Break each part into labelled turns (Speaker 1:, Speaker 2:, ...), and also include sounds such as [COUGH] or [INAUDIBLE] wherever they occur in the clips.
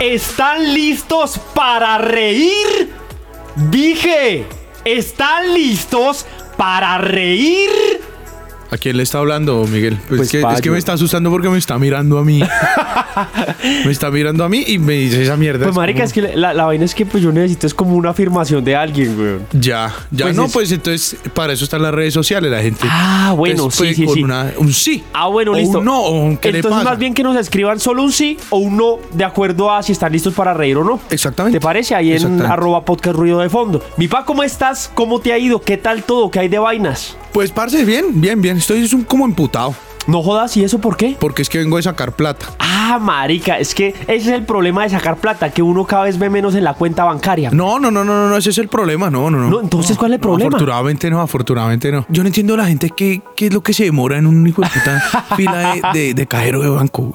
Speaker 1: ¿Están listos para reír? Dije, ¿están listos para reír?
Speaker 2: ¿A quién le está hablando, Miguel? Pues
Speaker 1: Pues,
Speaker 2: que- es que
Speaker 1: Payo.
Speaker 2: me está asustando porque me está mirando a mí. me está mirando a mí y me dice esa mierda.
Speaker 1: Pues marica, es que la, la vaina es que pues yo necesito es como una afirmación de alguien, weón.
Speaker 2: como- Ya, ya
Speaker 1: Pues
Speaker 2: no,
Speaker 1: es-
Speaker 2: pues entonces para eso están las redes sociales, la gente.
Speaker 1: Ah, bueno,
Speaker 2: Entonces,
Speaker 1: sí,
Speaker 2: pues,
Speaker 1: sí,
Speaker 2: con
Speaker 1: sí.
Speaker 2: una- un sí.
Speaker 1: Ah, bueno,
Speaker 2: O un
Speaker 1: listo.
Speaker 2: no, o un qué le
Speaker 1: Entonces
Speaker 2: pasa.
Speaker 1: más bien que nos escriban solo un sí o un no de acuerdo a si están listos para reír o no.
Speaker 2: Exactamente.
Speaker 1: ¿Te parece? Ahí en
Speaker 2: Exactamente.
Speaker 1: arroba podcast ruido de fondo. Mi pa, ¿cómo estás? ¿Cómo te ha ido? ¿Qué tal todo? ¿Qué hay de vainas?
Speaker 2: Pues parce, bien, bien, bien. Estoy es un, como emputado.
Speaker 1: No jodas, ¿y eso por qué?
Speaker 2: Porque es que vengo de sacar plata.
Speaker 1: Ah, marica, es que ese es el problema de sacar plata, que uno cada vez ve menos en la cuenta bancaria.
Speaker 2: No, no, no, no, no, no, ese es el problema. No, no, no.
Speaker 1: No, entonces, ¿cuál es el
Speaker 2: No,
Speaker 1: problema?
Speaker 2: afortunadamente no, afortunadamente no. Yo no entiendo la gente que, que es lo que se demora en un hijo de
Speaker 1: [LAUGHS]
Speaker 2: puta fila de, de, de cajero de banco.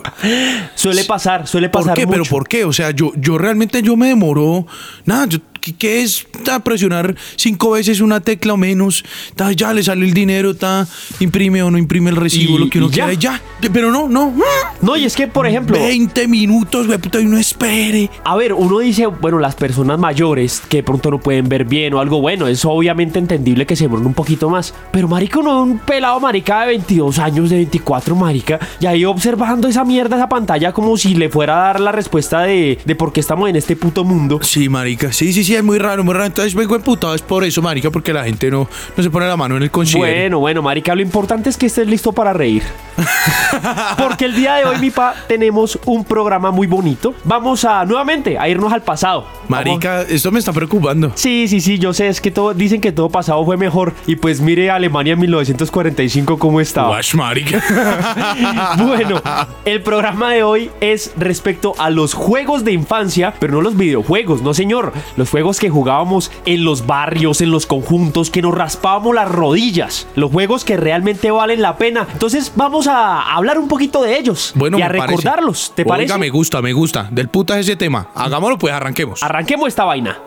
Speaker 1: Suele pasar, suele
Speaker 2: ¿Por
Speaker 1: pasar
Speaker 2: qué?
Speaker 1: mucho.
Speaker 2: ¿Pero por qué? O sea, yo, yo realmente yo me demoro. Nada, yo- ¿qué, qué es ta, presionar cinco veces una tecla o menos? Ta, ya le sale el dinero, ta, imprime o no imprime el recibo,
Speaker 1: Y-
Speaker 2: lo que uno
Speaker 1: y ya.
Speaker 2: quiera, y ya. Pero no, no.
Speaker 1: No, y es que, por ejemplo,
Speaker 2: 20 minutos, güey, puta, y uno espere.
Speaker 1: a ver, uno dice, bueno, las personas mayores que de pronto no pueden ver bien o algo bueno, eso obviamente entendible que se demoran un poquito más. Pero marica, uno ve un pelado marica de 22 años, de 24, marica, y ahí observando esa mierda, esa pantalla, como si le fuera a dar la respuesta de, de por qué estamos en este puto mundo.
Speaker 2: Sí, marica. Sí, sí, sí, es muy raro, muy raro. Entonces vengo emputado, es por eso, marica, porque la gente no, no se pone la mano en el considero.
Speaker 1: Bueno, bueno, marica, lo importante es que estés listo para reír. Porque el día de hoy, mi pa, tenemos un programa muy bonito. Vamos a, nuevamente, a irnos al pasado. Vamos-
Speaker 2: Marica, esto me está preocupando.
Speaker 1: Sí, sí, sí, yo sé, es que todo, dicen que todo pasado fue mejor. Y pues mire Alemania en 1945 cómo estaba.
Speaker 2: Wash, marica.
Speaker 1: [LAUGHS] Bueno, el programa de hoy es respecto a los juegos de infancia, pero no los videojuegos, no señor. Los juegos que jugábamos en los barrios, en los conjuntos, que nos raspábamos las rodillas. Los juegos que realmente valen la pena. Entonces vamos a hablar un poquito de ellos
Speaker 2: Bueno,
Speaker 1: y a
Speaker 2: me parece.
Speaker 1: recordarlos. ¿Te parece?
Speaker 2: Oiga, me gusta, me gusta. Del puta es ese tema. Hagámoslo, pues arranquemos.
Speaker 1: Arranquemos esta vaina.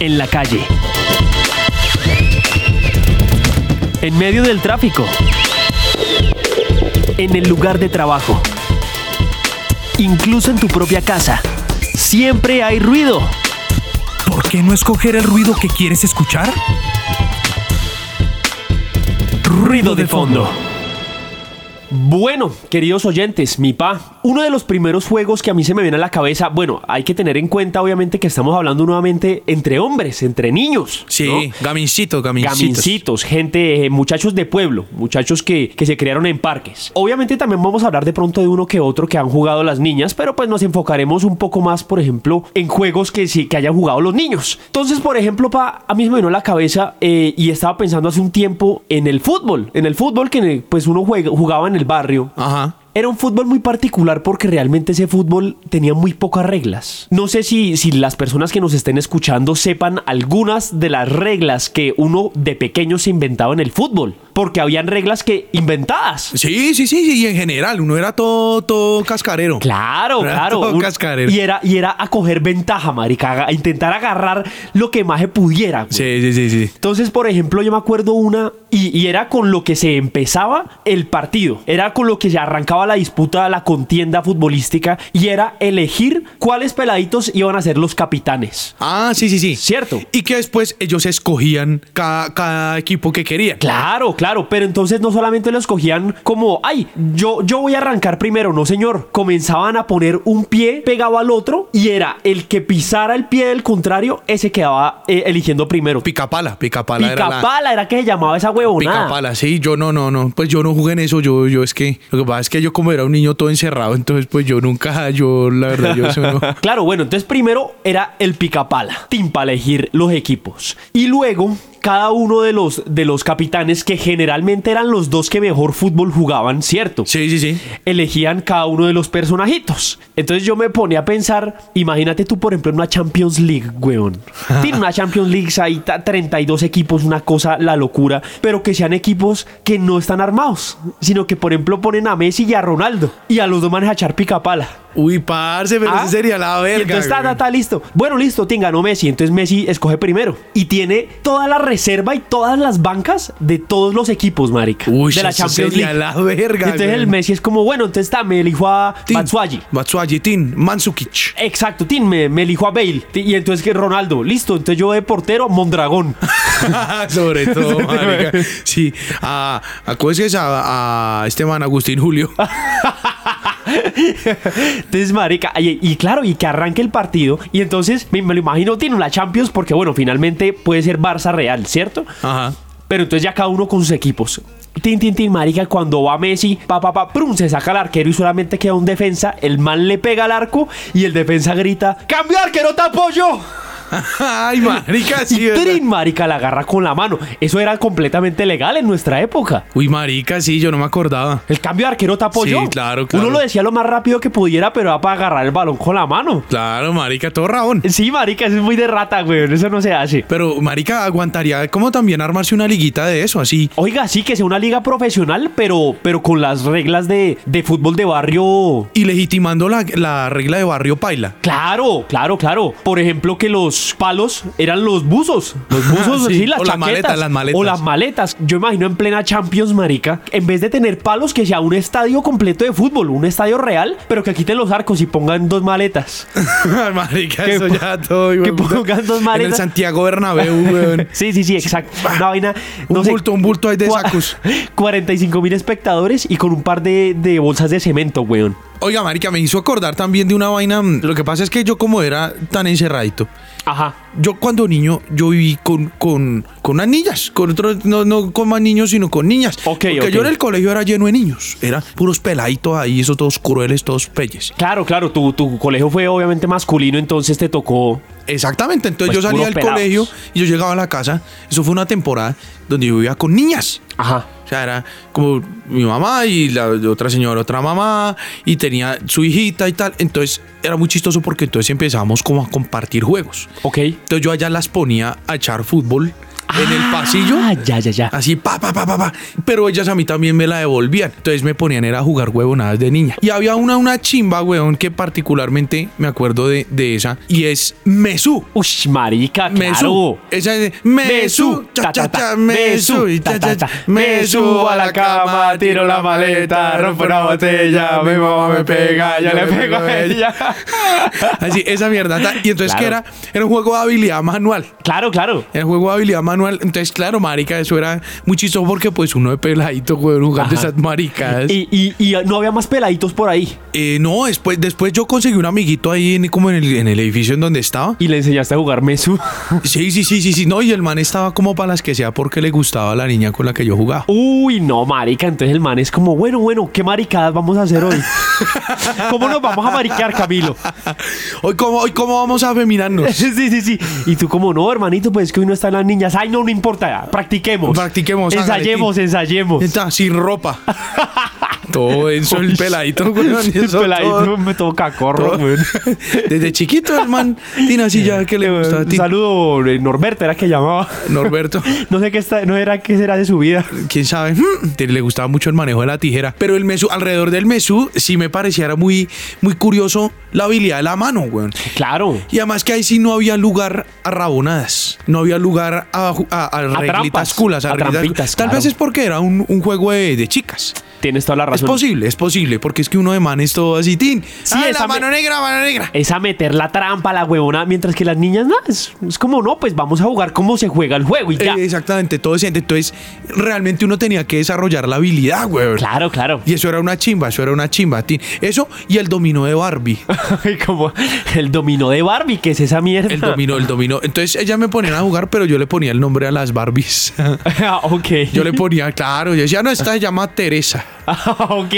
Speaker 1: En la calle. En medio del tráfico. En el lugar de trabajo. Incluso en tu propia casa. Siempre hay ruido.
Speaker 3: ¿Por qué no escoger el ruido que quieres escuchar?
Speaker 1: Ruido de fondo. Bueno, queridos oyentes, mi pa, uno de los primeros juegos que a mí se me viene a la cabeza, bueno, hay que tener en cuenta obviamente que estamos hablando nuevamente entre hombres, entre niños.
Speaker 2: Sí,
Speaker 1: ¿no?
Speaker 2: gamincitos, gamincitos.
Speaker 1: Gamincitos, gente, eh, muchachos de pueblo, muchachos que, que se crearon en parques. Obviamente también vamos a hablar de pronto de uno que otro que han jugado las niñas, pero pues nos enfocaremos un poco más, por ejemplo, en juegos que sí que hayan jugado los niños. Entonces, por ejemplo, pa, a mí se me vino a la cabeza eh, y estaba pensando hace un tiempo en el fútbol, en el fútbol que eh, pues uno juega- jugaba en el barrio.
Speaker 2: Ajá.
Speaker 1: Era un fútbol muy particular porque realmente ese fútbol tenía muy pocas reglas. No sé si, si las personas que nos estén escuchando sepan algunas de las reglas que uno de pequeño se inventaba en el fútbol. Porque habían reglas que inventadas.
Speaker 2: Sí, sí, sí, sí, y en general, uno era todo, todo cascarero.
Speaker 1: Claro,
Speaker 2: Era
Speaker 1: claro.
Speaker 2: todo
Speaker 1: Un-
Speaker 2: cascarero.
Speaker 1: Y era, y era a coger ventaja, marica. aga- A intentar agarrar lo que más se pudiera. güey.
Speaker 2: Sí, sí, sí, sí.
Speaker 1: Entonces, por ejemplo, yo me acuerdo una y, y era con lo que se empezaba el partido. Era con lo que se arrancaba la disputa, la contienda futbolística y era elegir cuáles peladitos iban a ser los capitanes.
Speaker 2: Ah, sí, sí, sí.
Speaker 1: Cierto.
Speaker 2: Y que después ellos escogían cada, cada equipo que querían.
Speaker 1: Claro, claro, pero entonces no solamente los cogían como, ay, yo, yo voy a arrancar primero, no señor. Comenzaban a poner un pie pegado al otro y era el que pisara el pie del contrario, ese quedaba eh, eligiendo primero.
Speaker 2: Picapala, picapala era la...
Speaker 1: Picapala era que se llamaba esa huevonada.
Speaker 2: Picapala, sí, yo no, no, no, pues yo no jugué en eso, yo, yo es que, lo que pasa es que yo como era un niño todo encerrado, entonces pues yo nunca, [LAUGHS] yo la verdad, yo eso no.
Speaker 1: Claro, bueno, entonces primero era el picapala, team para elegir los equipos. Y luego cada uno de los, de los capitanes, que generalmente eran los dos que mejor fútbol jugaban, ¿cierto?
Speaker 2: Sí, sí, sí.
Speaker 1: elegían cada uno de los personajitos. Entonces yo me ponía a pensar, imagínate tú, por ejemplo, en una Champions League, weón. Tiene una Champions League, hay ta- 32 equipos, una cosa, la locura, pero que sean equipos que no están armados, sino que, por ejemplo, ponen a Messi y a Ronaldo, y a los dos manes a echar picapala.
Speaker 2: Uy, parce, pero
Speaker 1: ¿Ah?
Speaker 2: esa sería la
Speaker 1: Y
Speaker 2: verga.
Speaker 1: entonces está,
Speaker 2: güey.
Speaker 1: listo. Bueno, listo, Tim ganó Messi. Entonces Messi escoge primero. Y tiene toda la reserva y todas las bancas de todos los equipos, marica.
Speaker 2: Uy,
Speaker 1: de la
Speaker 2: eso
Speaker 1: Champions
Speaker 2: sería
Speaker 1: League.
Speaker 2: la verga,
Speaker 1: Entonces
Speaker 2: güey.
Speaker 1: el Messi es como, bueno, entonces está, me elijo a
Speaker 2: Tin.
Speaker 1: Batshuayi.
Speaker 2: Batsuayi, Tin, [LAUGHS] Mansukic.
Speaker 1: Exacto, Tim, me, me elijo a Bale. Tin, Y entonces que Ronaldo, listo. Entonces yo de portero, Mondragón. [LAUGHS]
Speaker 2: Sobre todo, marica. Sí, a, a, ¿cómo es que es? A, a este man, Agustín Julio.
Speaker 1: Entonces, marica, y, y claro, y que arranque el partido. Y entonces me, me lo imagino, tiene la Champions, porque bueno, finalmente puede ser Barça Real, ¿cierto?
Speaker 2: [LAUGHS] Ajá.
Speaker 1: Pero entonces ya cada uno con sus equipos. Tin, tin, tin, marica, cuando va Messi, pa, pa, pa, prum, se saca el arquero y solamente queda un defensa. El man le pega al arco y el defensa grita, ¡Cambio arquero, te apoyo!
Speaker 2: [LAUGHS] Ay, [LAUGHS] marica, sí,
Speaker 1: y
Speaker 2: ¿verdad?
Speaker 1: trin, marica, la agarra con la mano. Eso era completamente legal en nuestra época.
Speaker 2: Uy, marica, sí, yo no me acordaba.
Speaker 1: El cambio de arquero te apoyó.
Speaker 2: Sí, claro, claro.
Speaker 1: Uno lo decía lo más rápido que pudiera, pero era para agarrar el balón con la mano.
Speaker 2: Claro, marica, todo rabón.
Speaker 1: Sí, marica, eso es muy de rata, güey. Eso no se hace.
Speaker 2: Pero, marica, aguantaría como también armarse una liguita de eso, así.
Speaker 1: Oiga, sí, que sea una liga profesional, pero, pero con las reglas de, de fútbol de barrio
Speaker 2: Y legitimando la, la regla de barrio paila. [LAUGHS]
Speaker 1: Claro, claro, claro. Por ejemplo, que los palos eran los buzos.
Speaker 2: [LAUGHS]
Speaker 1: Los buzos,
Speaker 2: Sí,
Speaker 1: sí, las
Speaker 2: o las
Speaker 1: chaquetas.
Speaker 2: maletas, las maletas.
Speaker 1: O las maletas. Yo imagino en plena Champions, marica, en vez de tener palos, que sea un estadio completo de fútbol, un estadio real, pero que quiten los arcos y pongan dos maletas.
Speaker 2: marica,
Speaker 1: Que
Speaker 2: eso
Speaker 1: po-
Speaker 2: ya todo. hijo de
Speaker 1: que
Speaker 2: puta.
Speaker 1: pongan dos
Speaker 2: En el
Speaker 1: maletas.
Speaker 2: Santiago Bernabéu,
Speaker 1: [LAUGHS]
Speaker 2: weón.
Speaker 1: Sí, sí, sí, exacto. Una vaina.
Speaker 2: Un bulto, un bulto ahí de
Speaker 1: cua-
Speaker 2: sacos.
Speaker 1: [LAUGHS] 45 mil espectadores y con un par de, de bolsas de cemento, weón.
Speaker 2: Oiga, marica, me hizo acordar también de una vaina. mm, Lo que pasa es que yo como era tan encerradito,
Speaker 1: Ajá.
Speaker 2: yo cuando niño, yo viví con, con, con unas niñas, con otros, no, no con más niños, sino con niñas.
Speaker 1: Ok,
Speaker 2: Porque
Speaker 1: ok.
Speaker 2: yo en el colegio era lleno de niños, era puros peladitos ahí, esos todos crueles, todos peyes.
Speaker 1: Claro, claro, tu, tu colegio fue obviamente masculino, entonces te tocó
Speaker 2: Exactamente, entonces
Speaker 1: Pues
Speaker 2: yo salía
Speaker 1: puros
Speaker 2: del
Speaker 1: pelados.
Speaker 2: colegio y yo llegaba a la casa, eso fue una temporada donde yo vivía con niñas.
Speaker 1: Ajá.
Speaker 2: O sea, era como mi mamá y la otra señora, otra mamá, y tenía su hijita y tal. Entonces era muy chistoso porque entonces empezamos como a compartir juegos.
Speaker 1: Ok.
Speaker 2: Entonces yo allá las ponía a echar fútbol en el pasillo.
Speaker 1: Ah, ya, ya, ya.
Speaker 2: Así, pa, pa, pa, pa, pa. Pero ellas a mí también me la devolvían. Entonces me ponían era a jugar huevonadas de niña. Y había una, una chimba, weón, que particularmente me acuerdo de, de esa. Y es Mesú.
Speaker 1: Ush, marica,
Speaker 2: Mesú.
Speaker 1: claro.
Speaker 2: Esa es Mesú.
Speaker 1: Mesú,
Speaker 2: Cha,
Speaker 1: ta,
Speaker 2: cha,
Speaker 1: ta, ta.
Speaker 2: cha, Mesú.
Speaker 1: Mesú,
Speaker 2: cha,
Speaker 1: ta,
Speaker 2: cha,
Speaker 1: ta, ta.
Speaker 2: cha. Me subo a la cama, tiro la maleta, rompo una botella, mi mamá me pega, yo le
Speaker 1: [LAUGHS]
Speaker 2: pego a ella. [LAUGHS] Así, esa mierda. ta. Y entonces,
Speaker 1: Claro.
Speaker 2: ¿qué era? Era un juego de habilidad manual.
Speaker 1: Claro, claro.
Speaker 2: Era un juego de habilidad manual. Entonces, claro, marica, eso era muy chistoso porque, pues, uno de peladito, weón, jugando
Speaker 1: Ajá.
Speaker 2: esas maricadas.
Speaker 1: Y, y- y no había más peladitos por ahí.
Speaker 2: Eh, no, después, después yo conseguí un amiguito ahí, en, como en el, en el edificio en donde estaba.
Speaker 1: Y le enseñaste a jugar
Speaker 2: [LAUGHS]
Speaker 1: Mesú.
Speaker 2: Sí, sí, sí, sí, sí. No, y el man estaba como para las que sea porque le gustaba la niña con la que yo jugaba. [LAUGHS]
Speaker 1: Uy, no, marica. Entonces el man es como, bueno, bueno, ¿qué maricadas vamos a hacer
Speaker 2: [LAUGHS]
Speaker 1: hoy? ¿Cómo nos vamos a maricar, Camilo?
Speaker 2: Hoy cómo, hoy cómo vamos a feminarnos.
Speaker 1: [LAUGHS] Sí, sí, sí. Y tú como, no, hermanito, pues es que hoy no están las niñas. Ay, no, no importa. Practiquemos.
Speaker 2: Practiquemos, hágale,
Speaker 1: Ensayemos,
Speaker 2: Tim.
Speaker 1: ensayemos.
Speaker 2: Está sin
Speaker 1: [LAUGHS]
Speaker 2: ropa. Todo eso, el peladito, weón. y
Speaker 1: El
Speaker 2: eso todo-
Speaker 1: peladito me toca corro,
Speaker 2: todo-
Speaker 1: weón.
Speaker 2: Desde chiquito el man tiene así ya que [LAUGHS] le gusta a
Speaker 1: Un
Speaker 2: ti.
Speaker 1: saludo, eh, Norberto, era que llamaba.
Speaker 2: Norberto.
Speaker 1: No sé qué está, no era qué será de su vida.
Speaker 2: quién sabe, Hmm, te- le gustaba mucho el manejo de la tijera. Pero el mesú, alrededor del mesú, sí me parecía era muy, muy curioso la habilidad de la mano, weón.
Speaker 1: Claro.
Speaker 2: Y además que ahí sí no había lugar a rabonadas, no había lugar a, ju- a, a reglitas
Speaker 1: trampas,
Speaker 2: culas, a
Speaker 1: a
Speaker 2: reglitas-
Speaker 1: trampitas,
Speaker 2: Tal
Speaker 1: claro.
Speaker 2: vez es porque era un, un juego de, de chicas.
Speaker 1: Tienes toda la
Speaker 2: Es
Speaker 1: razón.
Speaker 2: posible, es posible, porque es que uno de man es todo así, tin.
Speaker 1: Sí,
Speaker 2: ah, la
Speaker 1: esa me-
Speaker 2: mano negra, mano negra.
Speaker 1: es a meter la trampa, la huevona, mientras que las niñas, no, es, es como, no, pues vamos a jugar como se juega el juego y ya.
Speaker 2: Eh, exactamente, todo ese- Entonces, realmente uno tenía que desarrollar la habilidad, güey.
Speaker 1: claro, claro.
Speaker 2: Y eso era una chimba, eso era una chimba, tin. Eso y el dominó de Barbie.
Speaker 1: [LAUGHS] como el dominó de Barbie, que es esa mierda.
Speaker 2: El dominó, el dominó. Entonces ellas me ponían a jugar, pero yo le ponía el nombre a las Barbies.
Speaker 1: [LAUGHS]
Speaker 2: [LAUGHS]
Speaker 1: Ah, ok.
Speaker 2: Yo le ponía, claro, yo decía, no, esta se llama Teresa,
Speaker 1: [LAUGHS] Ah, ok.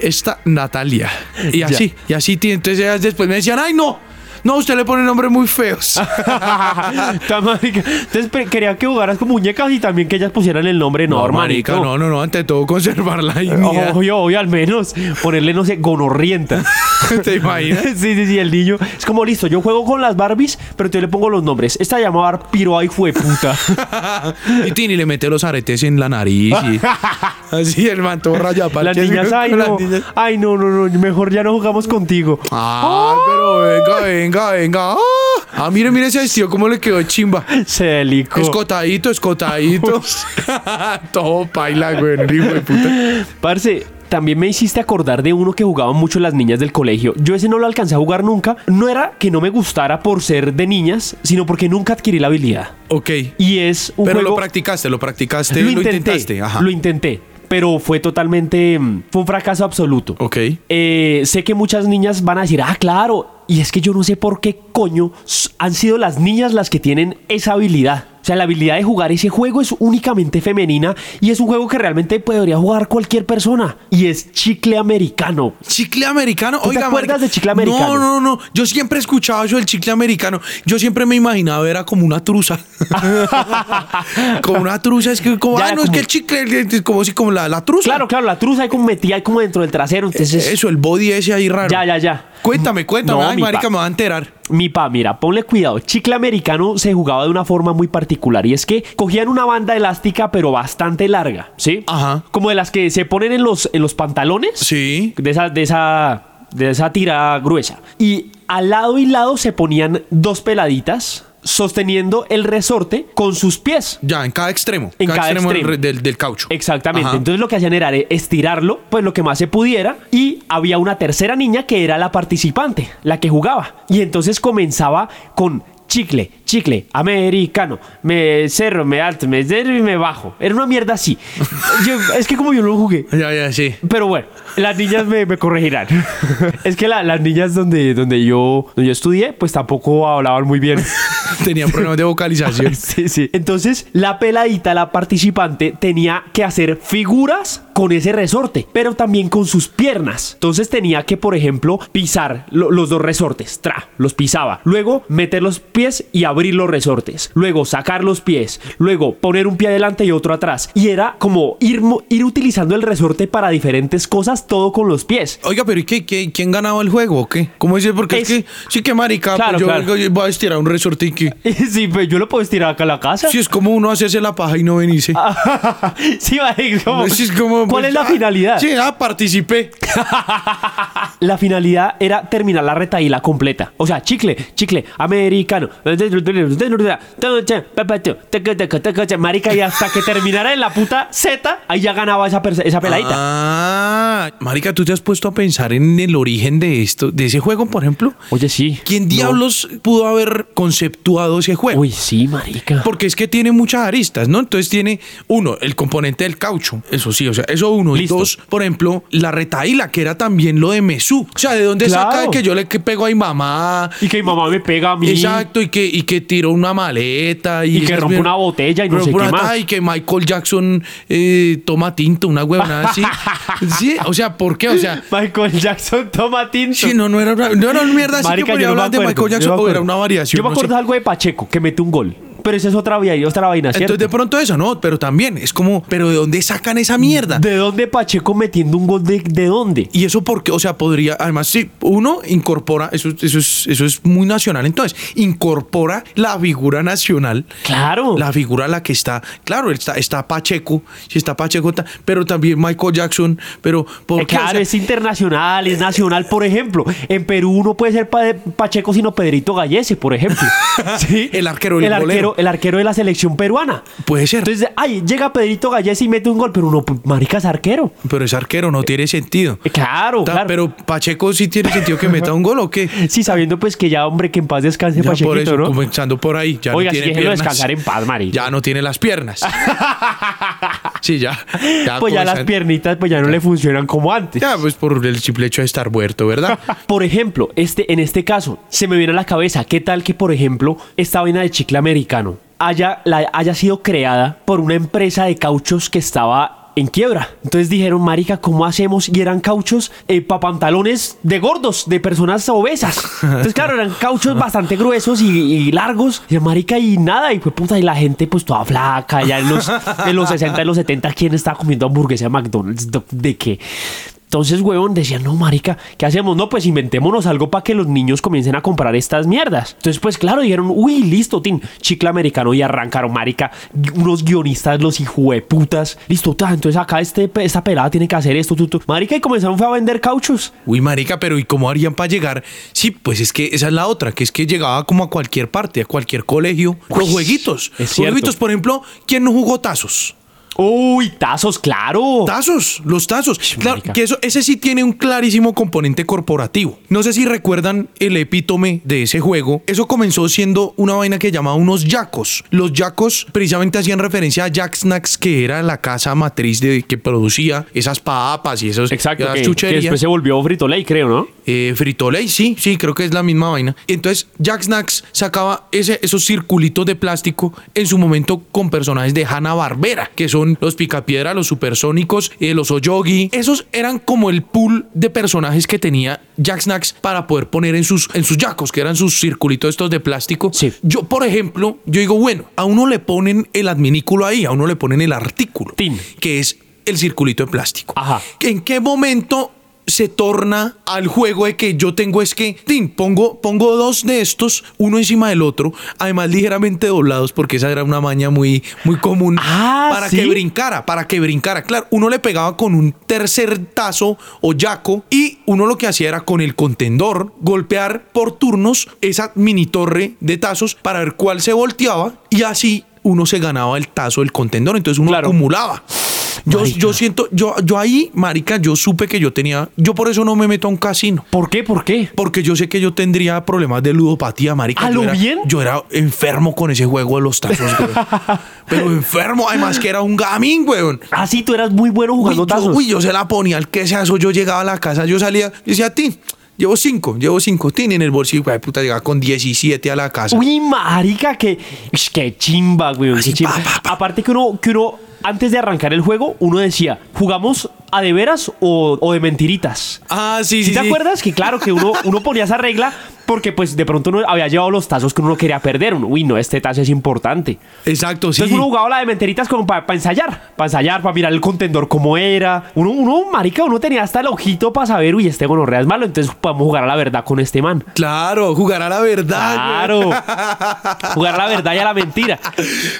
Speaker 2: esta Natalia. Y
Speaker 1: Ya.
Speaker 2: así, y así, tío. entonces ellas después me decían, ay, no, No, usted le pone nombres muy feos.
Speaker 1: Ta marica. Entonces pe- quería que jugaras con muñecas y también que ellas pusieran el nombre. [LAUGHS] No, hermanito.
Speaker 2: marica, no, no, no. Ante todo, conservar la dignidad.
Speaker 1: Obvio, obvio, al menos ponerle, no sé, [LAUGHS] gonorrienta.
Speaker 2: [LAUGHS] ¿Te imaginas?
Speaker 1: sí, sí, sí, el niño. Es como listo, yo juego con las Barbies, pero yo le pongo los nombres. Esta llamada Piroa y fue [LAUGHS] puta.
Speaker 2: y Tini le mete los aretes en la nariz.
Speaker 1: [LAUGHS]
Speaker 2: Y... Así el manto raya para
Speaker 1: Las niñas, ay no, ay no, no, no, mejor ya no jugamos [LAUGHS] contigo.
Speaker 2: Ah, pero venga, venga, venga. Ah, ah, mire, mire ese vestido, cómo le quedó
Speaker 1: [LAUGHS]
Speaker 2: chimba.
Speaker 1: Se delicó.
Speaker 2: Escotadito,
Speaker 1: [LAUGHS]
Speaker 2: escotadito. [LAUGHS] Todo paila, güey. no, hijo de puta.
Speaker 1: Parce, también me hiciste acordar de uno que jugaban mucho las niñas del colegio. Yo ese no lo alcancé a jugar nunca. No era que no me gustara por ser de niñas, sino porque nunca adquirí la habilidad.
Speaker 2: Ok.
Speaker 1: Y es un
Speaker 2: Pero lo
Speaker 1: juego...
Speaker 2: practicaste, lo practicaste,
Speaker 1: lo
Speaker 2: lo,
Speaker 1: intenté,
Speaker 2: intentaste. Ajá.
Speaker 1: Lo intenté, pero fue totalmente... mm, Fue un fracaso absoluto.
Speaker 2: ok.
Speaker 1: Eh, sé que muchas niñas van a decir, ah, claro. Y es que yo no sé por qué coño s- han sido las niñas las que tienen esa habilidad. O sea, la habilidad de jugar ese juego es únicamente femenina y es un juego que realmente podría jugar cualquier persona. Y es chicle americano.
Speaker 2: Chicle americano.
Speaker 1: te
Speaker 2: Oiga,
Speaker 1: acuerdas
Speaker 2: marica,
Speaker 1: de chicle americano?
Speaker 2: No, no, no. Yo siempre escuchaba eso del chicle americano. Yo siempre me imaginaba era como una
Speaker 1: [LAUGHS]
Speaker 2: truza. como una truza. Es que como,
Speaker 1: Ya,
Speaker 2: ah, no, es
Speaker 1: como-
Speaker 2: que el chicle es como si como la, la truza.
Speaker 1: Claro, claro, la truza ahí como metida ahí como dentro del trasero. Entonces,
Speaker 2: Eso, el body ese ahí raro.
Speaker 1: ya, ya, ya.
Speaker 2: Cuéntame, cuéntame.
Speaker 1: No,
Speaker 2: Ay,
Speaker 1: mi
Speaker 2: marica,
Speaker 1: pa-
Speaker 2: me va a enterar.
Speaker 1: Mi pa, mira, ponle cuidado. Chicle americano se jugaba de una forma muy particular y es que cogían una banda elástica pero bastante larga, ¿sí?
Speaker 2: Ajá.
Speaker 1: Como de las que se ponen en los, en los pantalones.
Speaker 2: Sí.
Speaker 1: De esa, de esa, de esa tira gruesa. Y al lado y lado se ponían dos peladitas sosteniendo el resorte con sus pies.
Speaker 2: Ya, en cada extremo.
Speaker 1: En cada
Speaker 2: del
Speaker 1: extremo.
Speaker 2: re- Del, del caucho.
Speaker 1: Exactamente.
Speaker 2: Ajá.
Speaker 1: Entonces lo que hacían era estirarlo, pues lo que más se pudiera. Y había una tercera niña que era la participante, la que jugaba. Y entonces comenzaba con chicle, chicle, americano, me cerro, me alto, me cerro y me bajo. Era una mierda así. Yo- es que como yo lo jugué.
Speaker 2: Ya, ya, sí.
Speaker 1: Pero bueno, las niñas me, me corregirán. es que la- las niñas donde, donde, yo, donde yo estudié, pues tampoco hablaban muy bien.
Speaker 2: Tenían problemas de vocalización.
Speaker 1: [LAUGHS] Sí, sí. Entonces, la peladita, la participante, tenía que hacer figuras con ese resorte, pero también con sus piernas. Entonces tenía que, por ejemplo, pisar lo- los dos resortes, tra, los pisaba. Luego, meter los pies y abrir los resortes. Luego, sacar los pies. Luego, poner un pie adelante y otro atrás. Y era como ir, mo- ir utilizando el resorte para diferentes cosas, todo con los pies. [LAUGHS]
Speaker 2: Oiga, pero ¿y qué, qué- quién ganaba el juego o qué? ¿Cómo dice? Porque es,
Speaker 1: Es-
Speaker 2: que, sí que marica, pues
Speaker 1: Claro,
Speaker 2: yo,
Speaker 1: claro.
Speaker 2: yo voy a estirar un resorte y que...
Speaker 1: Sí, pues yo lo puedo estirar acá a la casa.
Speaker 2: Si es como uno hacerse la paja y no venirse.
Speaker 1: [LAUGHS] sí, marica, como-
Speaker 2: [LAUGHS] Si es como,
Speaker 1: Ah, ¿Cuál
Speaker 2: pues,
Speaker 1: es la
Speaker 2: ah,
Speaker 1: finalidad?
Speaker 2: Sí, ah, participé.
Speaker 1: La finalidad era terminar la retaíla completa. O sea, chicle, chicle, americano. Marica, y hasta que terminara en la puta Z, ahí ya ganaba esa, perse- esa peladita.
Speaker 2: Ah, marica, ¿tú te has puesto a pensar en el origen de esto? De ese juego, por ejemplo.
Speaker 1: Oye, sí.
Speaker 2: ¿Quién
Speaker 1: No.
Speaker 2: diablos pudo haber conceptuado ese juego?
Speaker 1: Uy, sí, marica.
Speaker 2: Porque es que tiene muchas aristas, ¿no? Entonces tiene, uno, el componente del caucho. Eso sí, o sea, eso uno.
Speaker 1: Listo.
Speaker 2: Y dos, por ejemplo, la retaíla, que era también lo de Mesú. O sea, ¿de dónde saca
Speaker 1: Claro.
Speaker 2: de que yo le que pego a mi mamá?
Speaker 1: Y que mi mamá me pega a mí.
Speaker 2: Exacto, y que, y que tiró una maleta. Y,
Speaker 1: Y que
Speaker 2: esas
Speaker 1: rompe
Speaker 2: mier-
Speaker 1: una botella y no
Speaker 2: rompe
Speaker 1: sé qué
Speaker 2: una-
Speaker 1: más.
Speaker 2: ah, Y que Michael Jackson eh, toma tinto, una
Speaker 1: [LAUGHS]
Speaker 2: huevonada así. sí, o sea, ¿por qué? O sea,
Speaker 1: Michael Jackson toma tinto.
Speaker 2: sí, no, no era una, no era una mierda así
Speaker 1: Marica,
Speaker 2: que podía
Speaker 1: yo no me
Speaker 2: hablar de
Speaker 1: acuerdo,
Speaker 2: Michael
Speaker 1: yo no
Speaker 2: Jackson
Speaker 1: me
Speaker 2: o era
Speaker 1: acuerdo.
Speaker 2: una variación.
Speaker 1: Yo me
Speaker 2: no sé
Speaker 1: acuerdo algo de Pacheco, que mete un gol. Pero esa es otra, vaina- otra vaina, ¿cierto?
Speaker 2: Entonces de pronto eso, ¿no? Pero también es como, pero ¿de dónde sacan esa mierda?
Speaker 1: ¿De dónde Pacheco metiendo un gol de, de dónde?
Speaker 2: y eso porque, o sea, podría, además, sí, uno incorpora, eso, eso, es, eso es muy nacional, entonces, incorpora la figura nacional,
Speaker 1: Claro.
Speaker 2: la figura a la que está, claro, está, está Pacheco, si está Pacheco, ta- pero también Michael Jackson, pero ¿por
Speaker 1: Eh,
Speaker 2: qué? O
Speaker 1: Claro,
Speaker 2: sea,
Speaker 1: es internacional, es nacional. Por ejemplo, en Perú no puede ser pa- Pacheco sino Pedrito Gallese, por
Speaker 2: [LAUGHS]
Speaker 1: ejemplo. ¿Sí?
Speaker 2: El arquero del
Speaker 1: el
Speaker 2: bolero.
Speaker 1: arquero, el arquero de la selección peruana.
Speaker 2: Puede ser,
Speaker 1: Entonces, ay, llega Pedrito Gallese y mete un gol, pero uno, pues, marica, es arquero.
Speaker 2: pero es arquero, no tiene sentido.
Speaker 1: Eh, Claro,
Speaker 2: Ta-
Speaker 1: claro.
Speaker 2: Pero Pacheco sí tiene sentido que meta un gol
Speaker 1: [LAUGHS]
Speaker 2: o qué?
Speaker 1: Sí, sabiendo pues que ya, hombre, que en paz descanse
Speaker 2: Ya por
Speaker 1: Pachequito,
Speaker 2: eso,
Speaker 1: ¿no? Pues
Speaker 2: comenzando por ahí, ya
Speaker 1: Oiga,
Speaker 2: no
Speaker 1: sí,
Speaker 2: tiene
Speaker 1: déjelo
Speaker 2: piernas.
Speaker 1: descansar en paz, marica.
Speaker 2: Ya no tiene
Speaker 1: [LAUGHS]
Speaker 2: las piernas. sí, ya.
Speaker 1: pues ya las
Speaker 2: comenzan-
Speaker 1: piernitas pues ya no le funcionan como antes.
Speaker 2: Ya, pues por el simple hecho de estar
Speaker 1: [LAUGHS]
Speaker 2: muerto, ¿verdad?
Speaker 1: Por ejemplo, este, en este caso, se me viene a la cabeza, ¿qué tal que, por ejemplo, esta vaina de chicle americano haya, la, haya sido creada por una empresa de cauchos que estaba en quiebra. Entonces dijeron, marica, ¿cómo hacemos? Y eran cauchos eh, pa' pantalones de gordos, de personas obesas. Entonces, claro, eran cauchos bastante gruesos y, y largos. Y marica, y nada, y fue puta, y la gente pues toda flaca, ya en los, en los 60, en los 70, ¿quién estaba comiendo hamburguesa de McDonald's? ¿De- ¿De qué? Entonces, huevón, decían, no, marica, ¿qué hacemos? No, pues inventémonos algo para que los niños comiencen a comprar estas mierdas. Entonces, pues claro, dijeron, uy, listo, tin, chicle americano y arrancaron, marica, gui- unos guionistas, los hijueputas, listo, ta, entonces acá este, pe- esta pelada tiene que hacer esto, tú, tú. Marica, y comenzaron fue a vender cauchos.
Speaker 2: Uy, marica, pero ¿y cómo harían para llegar? Sí, pues es que esa es la otra, que es que llegaba como a cualquier parte, a cualquier colegio. los
Speaker 1: Uy,
Speaker 2: jueguitos.
Speaker 1: es
Speaker 2: los
Speaker 1: cierto.
Speaker 2: jueguitos, por ejemplo, ¿quién no jugó tazos?
Speaker 1: Uy, tazos, claro.
Speaker 2: Tazos, los tazos. Claro,
Speaker 1: marica.
Speaker 2: que eso, ese sí tiene un clarísimo componente corporativo. No sé si recuerdan el epítome de ese juego. Eso comenzó siendo una vaina que llamaba unos yacos. Los yacos precisamente hacían referencia a Jack Snacks, que era la casa matriz de que producía esas papas y esos,
Speaker 1: Exacto,
Speaker 2: esas
Speaker 1: que, que
Speaker 2: chucherías.
Speaker 1: después se volvió Frito Lay, creo, ¿no?
Speaker 2: Eh, Frito-Lay, sí, sí, creo que es la misma vaina. Entonces, Jack Snacks sacaba ese, esos circulitos de plástico en su momento con personajes de Hanna-Barbera, que son los Picapiedra, los Supersónicos, eh, los Oyogi. Esos eran como el pool de personajes que tenía Jack Snacks para poder poner en sus, en sus yacos, que eran sus circulitos estos de plástico.
Speaker 1: Sí.
Speaker 2: Yo, por ejemplo, yo digo, bueno, a uno le ponen el adminículo ahí, a uno le ponen el artículo,
Speaker 1: Tin.
Speaker 2: que es el circulito de plástico.
Speaker 1: Ajá.
Speaker 2: ¿En qué momento se torna al juego de que yo tengo es que, tin, pongo, pongo dos de estos, uno encima del otro, además ligeramente doblados, porque esa era una maña muy, muy común,
Speaker 1: Ah,
Speaker 2: para
Speaker 1: ¿sí?
Speaker 2: que brincara, para que brincara. Claro, uno le pegaba con un tercer tazo o yaco y uno lo que hacía era con el contendor golpear por turnos esa mini torre de tazos para ver cuál se volteaba y así uno se ganaba el tazo del contendor, entonces uno
Speaker 1: Claro.
Speaker 2: acumulaba. Yo,
Speaker 1: Marica.
Speaker 2: yo siento, yo, yo ahí, marica, yo supe que yo tenía, yo por eso no me meto a un casino.
Speaker 1: ¿Por qué? ¿Por qué?
Speaker 2: Porque yo sé que yo tendría problemas de ludopatía, marica.
Speaker 1: ¿A
Speaker 2: yo
Speaker 1: lo
Speaker 2: era,
Speaker 1: bien?
Speaker 2: Yo era enfermo con ese juego de los tazos, güey.
Speaker 1: [LAUGHS]
Speaker 2: Pero enfermo, además que era un gamín, güey.
Speaker 1: Ah, sí, tú eras muy bueno jugando
Speaker 2: Uy, yo-
Speaker 1: tazos.
Speaker 2: Uy, yo se la ponía al que sea eso. Yo llegaba a la casa, yo salía, yo decía, Tin, llevo cinco, llevo cinco, Tin, en el bolsillo, güey, puta, llegaba con 17 a la casa.
Speaker 1: Uy, marica, que. Ush, Qué chimba, güey. qué
Speaker 2: Así,
Speaker 1: chimba.
Speaker 2: pa, pa, pa.
Speaker 1: Aparte que uno, que uno, antes de arrancar el juego, uno decía, ¿jugamos a de veras o, o de mentiritas?
Speaker 2: Ah, sí,
Speaker 1: ¿Sí
Speaker 2: sí.
Speaker 1: te
Speaker 2: sí.
Speaker 1: acuerdas? Que claro, que uno, uno ponía esa regla porque pues de pronto uno había llevado los tazos que uno no quería perder. Uno, Uy, no, este tazo es importante.
Speaker 2: Exacto, sí.
Speaker 1: Entonces uno jugaba la de menteritas como para ensayar, para ensayar, para mirar el contendor cómo era. Uno, uno, marica, uno tenía hasta el ojito para saber, uy, este gonorrea es malo, entonces podemos jugar a la verdad con este man.
Speaker 2: Claro, jugar a la verdad. güey. [LAUGHS]
Speaker 1: Claro. Jugar a la verdad y a la mentira.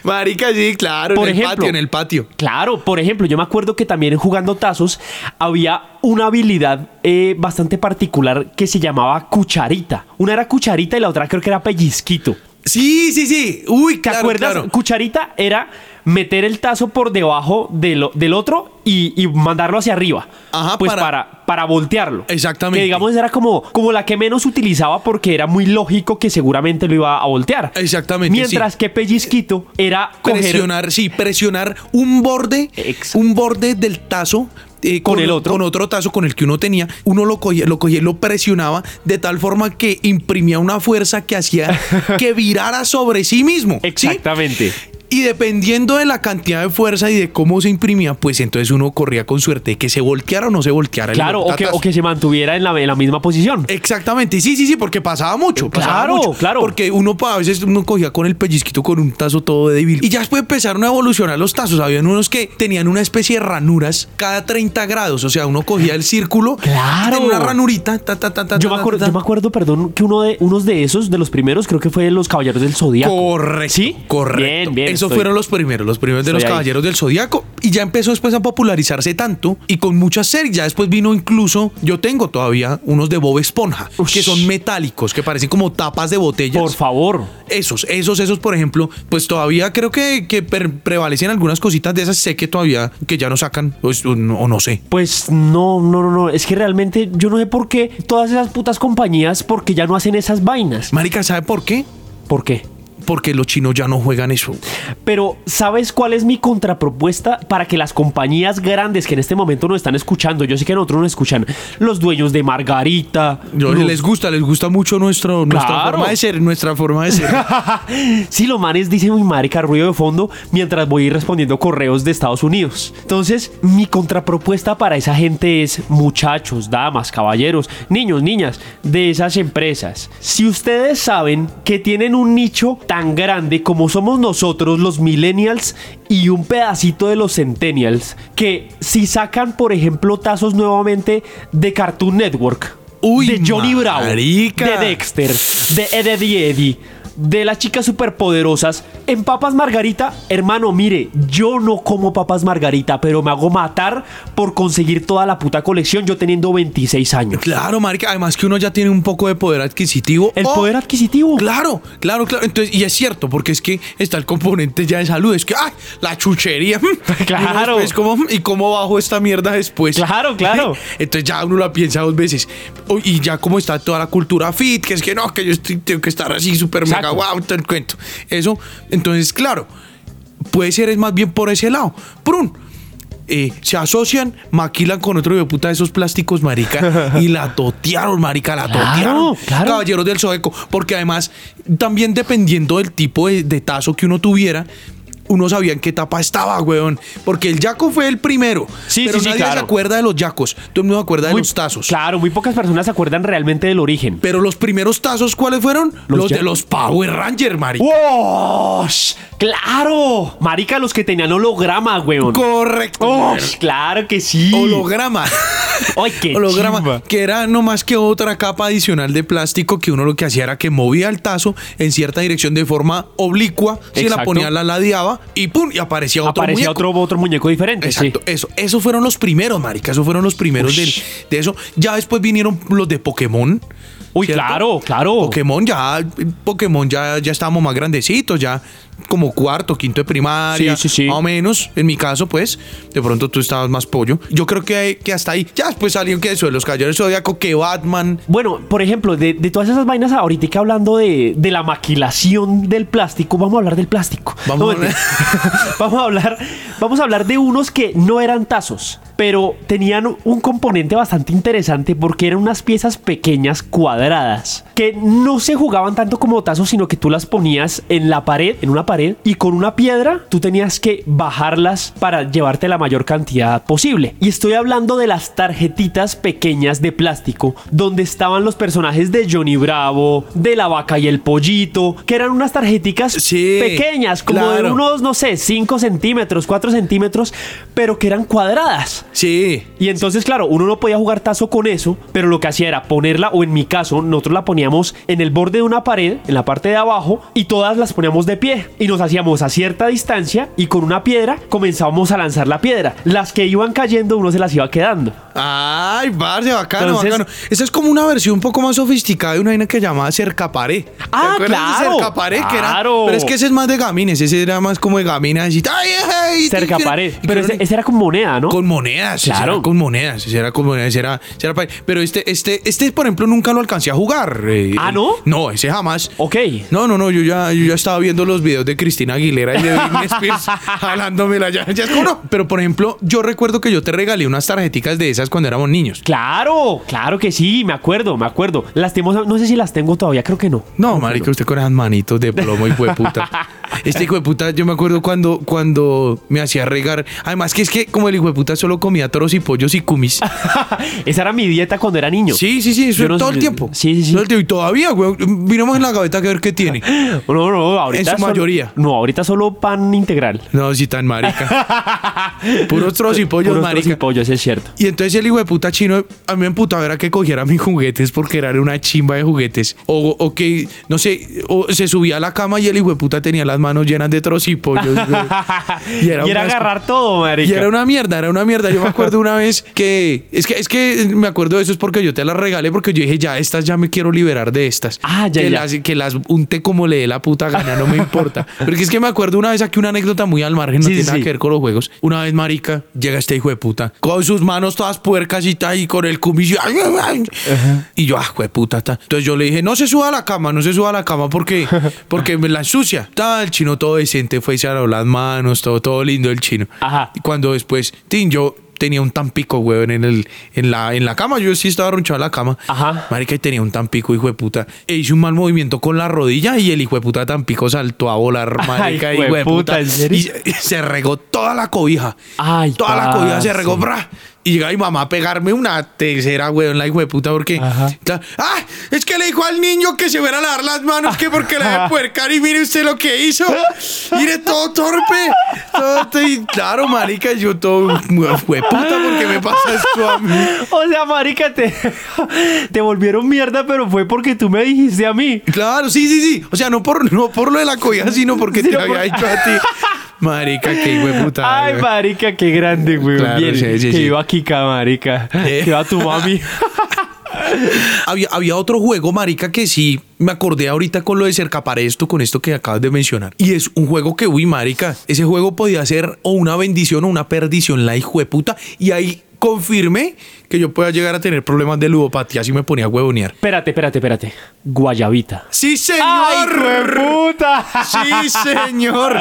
Speaker 2: Marica, sí, claro.
Speaker 1: Por
Speaker 2: en
Speaker 1: ejemplo.
Speaker 2: el patio, en el patio.
Speaker 1: Claro, por ejemplo, yo me acuerdo que también jugando tazos había una habilidad eh, bastante particular que se llamaba cucharita. Una era cucharita y la otra creo que era pellizquito.
Speaker 2: Sí, sí, sí. Uy,
Speaker 1: ¿Te
Speaker 2: claro,
Speaker 1: acuerdas?
Speaker 2: claro.
Speaker 1: Cucharita era meter el tazo por debajo del, del otro y, y mandarlo hacia arriba.
Speaker 2: Ajá,
Speaker 1: pues
Speaker 2: para-
Speaker 1: para, para, voltearlo.
Speaker 2: Exactamente.
Speaker 1: Que digamos era como, como la que menos utilizaba porque era muy lógico que seguramente lo iba a voltear.
Speaker 2: Exactamente,
Speaker 1: Mientras que pellizquito era coger-
Speaker 2: Presionar, sí, presionar un borde,
Speaker 1: Exacto.
Speaker 2: un borde del tazo. eh,
Speaker 1: Con el otro.
Speaker 2: Con otro tazo con el que uno tenía. Uno lo cogía, lo cogía y lo presionaba de tal forma que imprimía una fuerza que
Speaker 1: [LAUGHS]
Speaker 2: hacía que virara sobre sí mismo. ¿sí?
Speaker 1: Exactamente.
Speaker 2: Y dependiendo de la cantidad de fuerza y de cómo se imprimía, pues entonces uno corría con suerte de que se volteara o no se volteara. el
Speaker 1: Claro, o que,
Speaker 2: tazo.
Speaker 1: o que se mantuviera en la, en la misma posición.
Speaker 2: Eh, Exactamente, sí, sí, sí, porque pasaba mucho. Pasaba
Speaker 1: Claro,
Speaker 2: mucho,
Speaker 1: claro.
Speaker 2: Porque uno pa- a veces uno cogía con el pellizquito con un tazo todo débil. Y ya después empezaron a evolucionar los tazos. Habían unos que tenían una especie de ranuras cada 30 grados. O sea, uno cogía el círculo.
Speaker 1: Claro.
Speaker 2: tenía una ranurita. Ta, ta, ta, ta,
Speaker 1: Yo
Speaker 2: ta,
Speaker 1: me, acuerdo,
Speaker 2: ta,
Speaker 1: yo me
Speaker 2: ta.
Speaker 1: acuerdo, perdón, que uno de, unos de esos, de los primeros, creo que fue de los Caballeros del Zodiaco.
Speaker 2: Correcto.
Speaker 1: ¿Sí?
Speaker 2: Correcto.
Speaker 1: Bien, bien.
Speaker 2: Esos
Speaker 1: estoy-
Speaker 2: fueron los primeros, los primeros de
Speaker 1: estoy
Speaker 2: los
Speaker 1: ahí.
Speaker 2: caballeros del zodiaco. Y ya empezó después a popularizarse tanto y con muchas series. Ya después vino incluso, yo tengo todavía unos de Bob Esponja,
Speaker 1: Ush.
Speaker 2: que son metálicos, que parecen como tapas de botellas.
Speaker 1: Por favor.
Speaker 2: Esos, esos, esos, por ejemplo, pues todavía creo que, que per- prevalecen algunas cositas de esas. Sé que todavía, que ya no sacan, pues, o, no, o no sé.
Speaker 1: Pues no, no, no, no. Es que realmente yo no sé por qué todas esas putas compañías, porque ya no hacen esas vainas.
Speaker 2: Marica, ¿sabe por qué?
Speaker 1: ¿Por qué?
Speaker 2: porque los chinos ya no juegan eso.
Speaker 1: Pero, ¿sabes cuál es mi contrapropuesta para que las compañías grandes que en este momento nos están escuchando, yo sé que nosotros nos escuchan, los dueños de Margarita,
Speaker 2: Yo-
Speaker 1: los-
Speaker 2: Les gusta, les gusta mucho nuestro, nuestra
Speaker 1: Claro.
Speaker 2: forma de ser, nuestra forma
Speaker 1: [LAUGHS]
Speaker 2: de ser.
Speaker 1: sí, los manes dicen mi marica ruido de fondo mientras voy a ir respondiendo correos de Estados Unidos. Entonces, mi contrapropuesta para esa gente es, muchachos, damas, caballeros, niños, niñas, de esas empresas. Si ustedes saben que tienen un nicho tan grande como somos nosotros los millennials y un pedacito de los centennials, que si sacan, por ejemplo, tazos nuevamente de Cartoon Network,
Speaker 2: Uy,
Speaker 1: de Johnny
Speaker 2: marica.
Speaker 1: Bravo, de Dexter, de Eddie Eddie, de las chicas superpoderosas. En papas margarita, hermano, mire, yo no como papas margarita, pero me hago matar por conseguir toda la puta colección yo teniendo 26 años.
Speaker 2: Claro, marica, además que uno ya tiene un poco de poder adquisitivo.
Speaker 1: El
Speaker 2: O-
Speaker 1: poder adquisitivo.
Speaker 2: Oh, Claro, claro, claro. Entonces, y es cierto, porque es que está el componente ya de salud. Es que, ¡ay!
Speaker 1: [LAUGHS]
Speaker 2: La chuchería.
Speaker 1: Claro.
Speaker 2: Y, uno después como, ¿y cómo bajo esta mierda después?
Speaker 1: Claro, claro.
Speaker 2: [LAUGHS] Entonces ya uno la piensa dos veces. O- Y ya como está toda la cultura fit, que es que no, que yo estoy- tengo que estar así súper mega
Speaker 1: Exacto.
Speaker 2: guau, todo el cuento. Eso, entonces, claro, puede ser es más bien por ese lado. Prun. eh, se asocian, maquilan con otro hijo de puta de esos
Speaker 1: [LAUGHS]
Speaker 2: plásticos, marica, y la totearon, marica, la
Speaker 1: Claro,
Speaker 2: totearon.
Speaker 1: claro.
Speaker 2: Caballeros del Zoeco, porque además, también dependiendo del tipo de, de tazo que uno tuviera, uno sabía en qué tapa estaba, weón. Porque el yaco fue el primero.
Speaker 1: Sí,
Speaker 2: pero
Speaker 1: sí, sí,
Speaker 2: nadie se
Speaker 1: claro.
Speaker 2: acuerda de los yacos. Todo el mundo se acuerda
Speaker 1: Muy-
Speaker 2: de los tazos.
Speaker 1: Claro, muy pocas personas se acuerdan realmente del origen.
Speaker 2: Pero los primeros tazos, ¿cuáles fueron? Los,
Speaker 1: Los
Speaker 2: de
Speaker 1: ya-
Speaker 2: los Power Ranger, marica.
Speaker 1: ¡Wosh! ¡Claro! Marica, los que tenían holograma, weón.
Speaker 2: Correcto.
Speaker 1: ¡Wosh! ¡Claro que sí!
Speaker 2: Holograma.
Speaker 1: [LAUGHS] ¡Ay, qué
Speaker 2: holograma,
Speaker 1: chimba.
Speaker 2: que era no más que otra capa adicional de plástico que uno lo que hacía era que movía el tazo en cierta dirección de forma oblicua, se la
Speaker 1: Exacto.
Speaker 2: ponía, la ladeaba y pum, y aparecía otro
Speaker 1: Aparecía
Speaker 2: muñeco.
Speaker 1: otro, otro muñeco diferente. Pues sí.
Speaker 2: Eh, Exacto, eso. Esos fueron los primeros, marica. Esos fueron los primeros
Speaker 1: Ush.
Speaker 2: del- de eso. Ya después vinieron los de Pokémon.
Speaker 1: Uy,
Speaker 2: ¿cierto?
Speaker 1: claro, claro.
Speaker 2: Pokémon ya, Pokémon ya, ya estábamos más grandecitos, ya como cuarto, quinto de primaria.
Speaker 1: Sí, sí, sí.
Speaker 2: Más o menos, en mi caso, pues, de pronto tú estabas más pollo. Yo creo que, que hasta ahí. Ya después salieron que eso de los Caballeros del Zodiaco, que Batman.
Speaker 1: Bueno, por ejemplo, de, de todas esas vainas, ahorita que hablando de, de la maquilación del plástico, vamos a hablar del plástico.
Speaker 2: Vamos a hablar-
Speaker 1: mentira. [LAUGHS] vamos a hablar, vamos a hablar de unos que no eran tazos, pero tenían un componente bastante interesante porque eran unas piezas pequeñas cuadradas que no se jugaban tanto como tazos, sino que tú las ponías en la pared, en una pared, y con una piedra tú tenías que bajarlas para llevarte la mayor cantidad posible. Y estoy hablando de las tarjetitas pequeñas de plástico, donde estaban los personajes de Johnny Bravo, de la vaca y el pollito, que eran unas tarjeticas
Speaker 2: Sí,
Speaker 1: pequeñas, como de
Speaker 2: claro.
Speaker 1: unos, no sé, 5 centímetros, 4 centímetros, pero que eran cuadradas.
Speaker 2: Sí.
Speaker 1: Y entonces, claro, uno no podía jugar tazo con eso, pero lo que hacía era ponerla, o en mi caso, nosotros la poníamos en el borde de una pared, en la parte de abajo, y todas las poníamos de pie. Y nos hacíamos a cierta distancia y con una piedra comenzábamos a lanzar la piedra. Las que iban cayendo, uno se las iba quedando.
Speaker 2: Ay, parce, bacano,
Speaker 1: Entonces-
Speaker 2: bacano. Esa es como una versión un poco más sofisticada de una vaina que llamaba Cercaparé. ¿Te
Speaker 1: Ah,
Speaker 2: acuerdas de
Speaker 1: claro,
Speaker 2: Cercaparé, que era-
Speaker 1: claro.
Speaker 2: Pero es que ese es más de gamines, ese era más como de gaminas y... ¡Ay, ay!
Speaker 1: Cerca pared.
Speaker 2: Y
Speaker 1: Pero
Speaker 2: creo-
Speaker 1: ese, ese era con moneda, ¿no?
Speaker 2: Con monedas, ese
Speaker 1: Claro.
Speaker 2: era con monedas, ese era con monedas, ese era, ese era pa- pero este, este, este, por ejemplo, nunca lo alcancé a jugar. eh,
Speaker 1: ¿Ah, no?
Speaker 2: No, ese jamás.
Speaker 1: Ok.
Speaker 2: No, no, no, yo ya, yo ya estaba viendo los videos de Cristina Aguilera y de
Speaker 1: [LAUGHS]
Speaker 2: Britney Spears hablándomela ya, ya es como, no. Pero, por ejemplo, yo recuerdo que yo te regalé unas tarjeticas de esas cuando éramos niños.
Speaker 1: Claro, claro que sí, me acuerdo, me acuerdo. Las tenemos, no sé si las tengo todavía, creo que no.
Speaker 2: No, marica, usted con esas manitos de plomo, hijo
Speaker 1: [LAUGHS]
Speaker 2: de puta. Este hijo de puta, yo me acuerdo cuando, cuando me hacía regar. Además que es que como el hijo de puta solo comía toros y pollos y cumis.
Speaker 1: [LAUGHS] Esa era mi dieta cuando era niño.
Speaker 2: Sí, sí, sí, eso
Speaker 1: Yo no
Speaker 2: todo
Speaker 1: sé-
Speaker 2: el tiempo.
Speaker 1: Sí, sí, sí.
Speaker 2: Todo el tiempo. Y todavía, güey, miramos en la gaveta que ver
Speaker 1: [LAUGHS]
Speaker 2: qué tiene.
Speaker 1: No, no, ahorita.
Speaker 2: En su
Speaker 1: solo-
Speaker 2: mayoría.
Speaker 1: no, ahorita solo pan integral.
Speaker 2: No, si tan marica. [LAUGHS] Puros trozos y pollos,
Speaker 1: Puros
Speaker 2: marica.
Speaker 1: trozos y pollos, es
Speaker 2: [LAUGHS]
Speaker 1: cierto.
Speaker 2: Y entonces el hijo de puta chino a mí me emputaba era que cogiera mis juguetes porque era una chimba de juguetes. O, o que, no sé, o se subía a la cama y el hijo de puta tenía las manos manos llenas de
Speaker 1: [LAUGHS]
Speaker 2: trocipollos. güey.
Speaker 1: y era,
Speaker 2: un asco.
Speaker 1: agarrar todo, marica.
Speaker 2: Y era una mierda, era una mierda. Yo me acuerdo una vez que. Es que, es que me acuerdo de eso es porque yo te las regalé porque yo dije, ya, estas ya me quiero liberar de estas.
Speaker 1: Ah, ya,
Speaker 2: Que
Speaker 1: ya.
Speaker 2: las, que las unte como le dé la puta gana, no
Speaker 1: [LAUGHS]
Speaker 2: me importa. Porque es que me acuerdo una vez aquí una anécdota muy al margen, no
Speaker 1: Sí, sí,
Speaker 2: tiene nada
Speaker 1: sí.
Speaker 2: que ver con los juegos. Una vez, marica, llega este hijo de puta con sus manos todas puercas y tal, y con el cubillo. ay, ay, ay. Y yo, ah, hijo de puta. ta. Entonces yo le dije, no se suba a la cama, no se suba a la
Speaker 1: [LAUGHS]
Speaker 2: cama porque, porque me la ensucia. Ta, el chino todo decente fue y se lavó las manos, todo, todo lindo el chino.
Speaker 1: Ajá.
Speaker 2: Y cuando después, tin, yo tenía un tampico, weón, en, el, en, la, en la cama. Yo sí estaba ronchado en la cama.
Speaker 1: Ajá.
Speaker 2: Marica, y tenía un tampico, hijo de puta. E hice un mal movimiento con la rodilla y el hijo de puta tampico saltó a volar, marica,
Speaker 1: hijo de
Speaker 2: hijo de
Speaker 1: puta,
Speaker 2: puta.
Speaker 1: ¿en serio?
Speaker 2: Y se- y se regó toda la cobija.
Speaker 1: Ay,
Speaker 2: toda la cobija se
Speaker 1: parce.
Speaker 2: regó, bra. Y llega mi mamá a pegarme una tercera, weón, la hijo de puta, porque... Ta- ¡Ah! Es que le dijo al niño que se fuera a lavar las manos, que porque le de puercar y mire usted lo que hizo. Mire, todo torpe. Todo, to- y claro, marica, yo todo... Fue puta, porque me pasa esto a mí?
Speaker 1: [LAUGHS] O sea, marica, te, te volvieron mierda, pero fue porque tú me dijiste a mí.
Speaker 2: Claro, sí, sí, sí. O sea, no por, no por lo de la cobija, sino porque
Speaker 1: Sino
Speaker 2: te había
Speaker 1: por-
Speaker 2: hecho a ti. Marica, qué hueputa.
Speaker 1: Ay,
Speaker 2: güey.
Speaker 1: marica, qué grande, güey.
Speaker 2: Claro,
Speaker 1: Bien,
Speaker 2: sí, sí,
Speaker 1: que
Speaker 2: sí.
Speaker 1: iba a Kika, marica.
Speaker 2: Eh.
Speaker 1: Que iba a tu
Speaker 2: [LAUGHS]
Speaker 1: mami.
Speaker 2: había, había otro juego, marica, que sí me acordé ahorita con lo de cercapar esto, con esto que acabas de mencionar. Y es un juego que, uy, marica, ese juego podía ser o una bendición o una perdición, la hijo de puta. Y ahí confirmé que yo podía llegar a tener problemas de ludopatía si me ponía a huevonear.
Speaker 1: espérate, espérate, espérate. Guayabita.
Speaker 2: ¡Sí,
Speaker 1: ¡Ay,
Speaker 2: señor!
Speaker 1: puta!
Speaker 2: Sí, señor.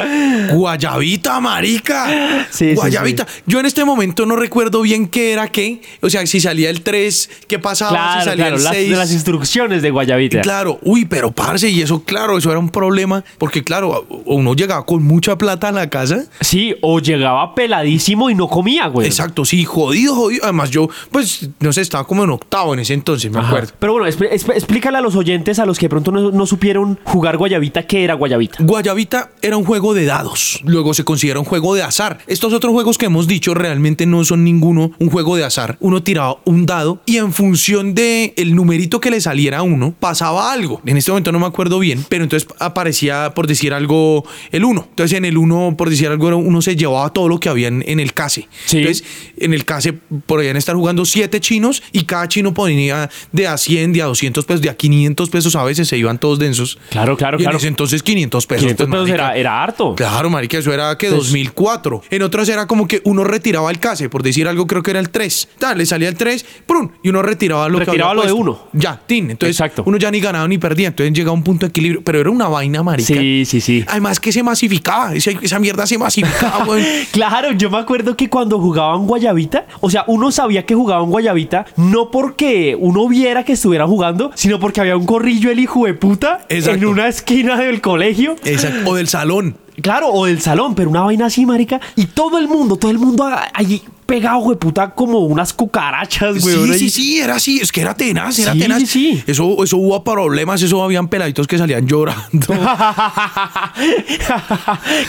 Speaker 2: Guayabita, marica.
Speaker 1: Sí, sí,
Speaker 2: Guayabita. Yo en este momento no recuerdo bien qué era qué. O sea, si salía el 3, qué pasaba, si
Speaker 1: Claro,
Speaker 2: salía
Speaker 1: claro,
Speaker 2: el
Speaker 1: las,
Speaker 2: 6.
Speaker 1: las instrucciones de Guayabita.
Speaker 2: Claro, uy, pero parce, y eso, claro, eso era un problema, porque claro, uno llegaba con mucha plata a la casa.
Speaker 1: Sí, o llegaba peladísimo y no comía, güey.
Speaker 2: Exacto, sí, jodido, jodido. Además, yo, pues, no sé, estaba como en octavo en ese entonces, me
Speaker 1: Ajá.
Speaker 2: acuerdo.
Speaker 1: Pero bueno, expl- expl- explícale a los oyentes, a los que de pronto no, no supieron jugar Guayabita, ¿qué era Guayabita?
Speaker 2: Guayabita era un juego de dados, luego se considera un juego de azar. Estos otros juegos que hemos dicho realmente no son ninguno un juego de azar. Uno tiraba un dado y en función de el numerito que le saliera a uno pasaba algo. En este momento no me acuerdo bien, pero entonces aparecía por decir algo el 1. Entonces en el 1 por decir algo uno se llevaba todo lo que había en, en el case.
Speaker 1: Sí.
Speaker 2: Entonces en el case podían estar jugando siete chinos y cada chino ponía de a 100, de a 200 pesos, de a 500 pesos a veces se iban todos densos.
Speaker 1: Claro, claro,
Speaker 2: Y en
Speaker 1: claro.
Speaker 2: ese entonces 500 pesos.
Speaker 1: 500
Speaker 2: pues,
Speaker 1: pesos
Speaker 2: marica.
Speaker 1: era, Pues, era harto.
Speaker 2: Claro, marica, eso era que 2004. En otras era como que uno retiraba el case, por decir algo, creo que era el 3. Tal, le salía el 3, ¡prum! Y uno retiraba lo
Speaker 1: Retiraba
Speaker 2: que había
Speaker 1: lo de
Speaker 2: puesto.
Speaker 1: uno.
Speaker 2: Ya, tin. Entonces,
Speaker 1: Exacto.
Speaker 2: uno ya ni ganaba ni perdía. Entonces llegaba un punto de equilibrio. Pero era una vaina, marica.
Speaker 1: Sí, sí, sí.
Speaker 2: Además que se masificaba. Esa, esa mierda se masificaba, [LAUGHS] güey.
Speaker 1: Claro, yo me acuerdo que cuando jugaban Guayabita, o sea, uno sabía que jugaban Guayabita no porque uno viera que estuviera jugando, sino porque había un corrillo el hijo de puta
Speaker 2: Exacto.
Speaker 1: en una esquina del colegio.
Speaker 2: Exacto. O del salón.
Speaker 1: Claro, o del salón, pero una vaina así, marica. Y todo el mundo, todo el mundo a- allí pegado, güey, puta, como unas cucarachas, güey.
Speaker 2: Sí,
Speaker 1: ahora
Speaker 2: sí,
Speaker 1: ahí.
Speaker 2: sí, era así, es que era tenaz, era
Speaker 1: Sí,
Speaker 2: tenaz.
Speaker 1: sí.
Speaker 2: Eso, eso hubo problemas, eso habían peladitos que salían llorando.
Speaker 1: [LAUGHS]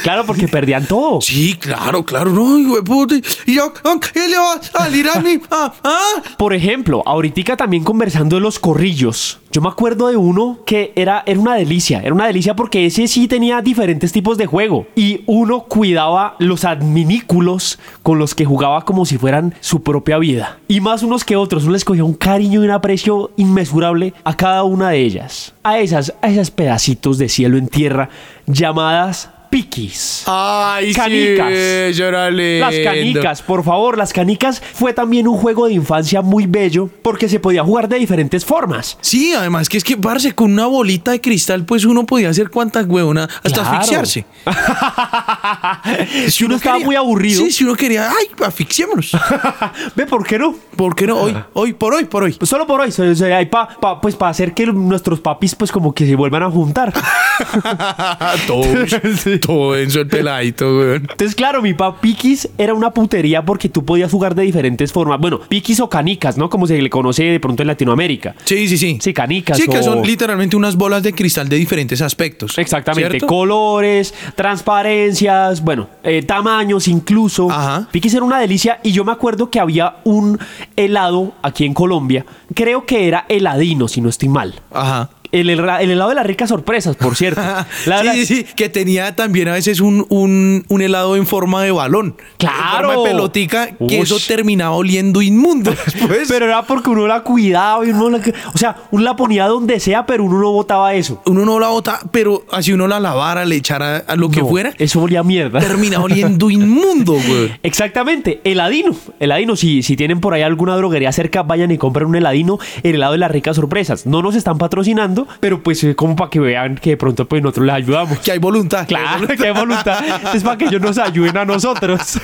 Speaker 1: claro, porque perdían todo.
Speaker 2: Sí, claro, claro, no, hijo de puta. Y yo, ah, ¿qué le va a salir a mí? Ah, ah.
Speaker 1: Por ejemplo, ahorita también conversando de los corrillos, yo me acuerdo de uno que era, era una delicia, era una delicia porque ese sí tenía diferentes tipos de juego y uno cuidaba los adminículos con los que jugaba como si fueran su propia vida. Y más unos que otros, uno les cogía un cariño y un aprecio inmesurable a cada una de ellas. A esas, a esas pedacitos de cielo en tierra llamadas piquis.
Speaker 2: Ay,
Speaker 1: Canicas.
Speaker 2: sí, llorale.
Speaker 1: Las canicas, por favor, las canicas fue también un juego de infancia muy bello porque se podía jugar de diferentes formas.
Speaker 2: Sí, además que es que, parce, con una bolita de cristal, pues uno podía hacer cuantas huevonas hasta
Speaker 1: Claro.
Speaker 2: asfixiarse.
Speaker 1: [LAUGHS] Si uno estaba
Speaker 2: quería-
Speaker 1: muy aburrido,
Speaker 2: Sí, si uno quería, ay, asfixiémonos.
Speaker 1: [LAUGHS] ve por qué no.
Speaker 2: ¿Por qué no? Hoy, hoy, por hoy, por
Speaker 1: [LAUGHS]
Speaker 2: hoy.
Speaker 1: Pues solo por hoy, o sea, hay pa- pa- pues para hacer que nuestros papis pues como que se vuelvan a [LAUGHS] juntar.
Speaker 2: todo, todo denso el peladito, weón.
Speaker 1: Entonces, claro, mi papá Piquis era una putería porque tú podías jugar de diferentes formas. Bueno, Piquis o canicas, ¿no? Como se le conoce de pronto en Latinoamérica.
Speaker 2: Sí, sí, sí.
Speaker 1: Sí, canicas
Speaker 2: Sí, que
Speaker 1: o-
Speaker 2: son literalmente unas bolas de cristal de diferentes aspectos.
Speaker 1: Exactamente,
Speaker 2: ¿cierto?
Speaker 1: colores, transparencias, bueno, eh, tamaños incluso.
Speaker 2: Ajá.
Speaker 1: Piquis era una delicia y yo me acuerdo que había un helado aquí en Colombia, creo que era heladino, si no estoy mal.
Speaker 2: Ajá.
Speaker 1: El, hela- el helado de las ricas sorpresas, por cierto. La-
Speaker 2: [LAUGHS] sí,
Speaker 1: la-
Speaker 2: sí, sí, que tenía también a veces un, un, un helado en forma de balón.
Speaker 1: ¡Claro!
Speaker 2: En forma de pelotica, que eso
Speaker 1: Ush.
Speaker 2: terminaba oliendo inmundo después.
Speaker 1: Pero era porque uno la cuidaba y uno la... O sea, uno la ponía donde sea, pero uno no botaba eso.
Speaker 2: uno no la botaba, pero así uno la lavara, le echara a lo que
Speaker 1: No, [LAUGHS]
Speaker 2: fuera,
Speaker 1: Eso olía a
Speaker 2: [LAUGHS]
Speaker 1: mierda.
Speaker 2: terminaba oliendo inmundo, güey.
Speaker 1: Exactamente, heladino. Heladino, si, si tienen por ahí alguna droguería cerca, vayan y compren un heladino, el helado de las ricas sorpresas. No nos están patrocinando, pero pues eh, como para que vean que de pronto pues nosotros les
Speaker 2: [LAUGHS]
Speaker 1: ayudamos.
Speaker 2: Que hay voluntad. que hay
Speaker 1: Claro, [LAUGHS]
Speaker 2: voluntad.
Speaker 1: qué voluntad. Es para que ellos nos ayuden a nosotros. [LAUGHS]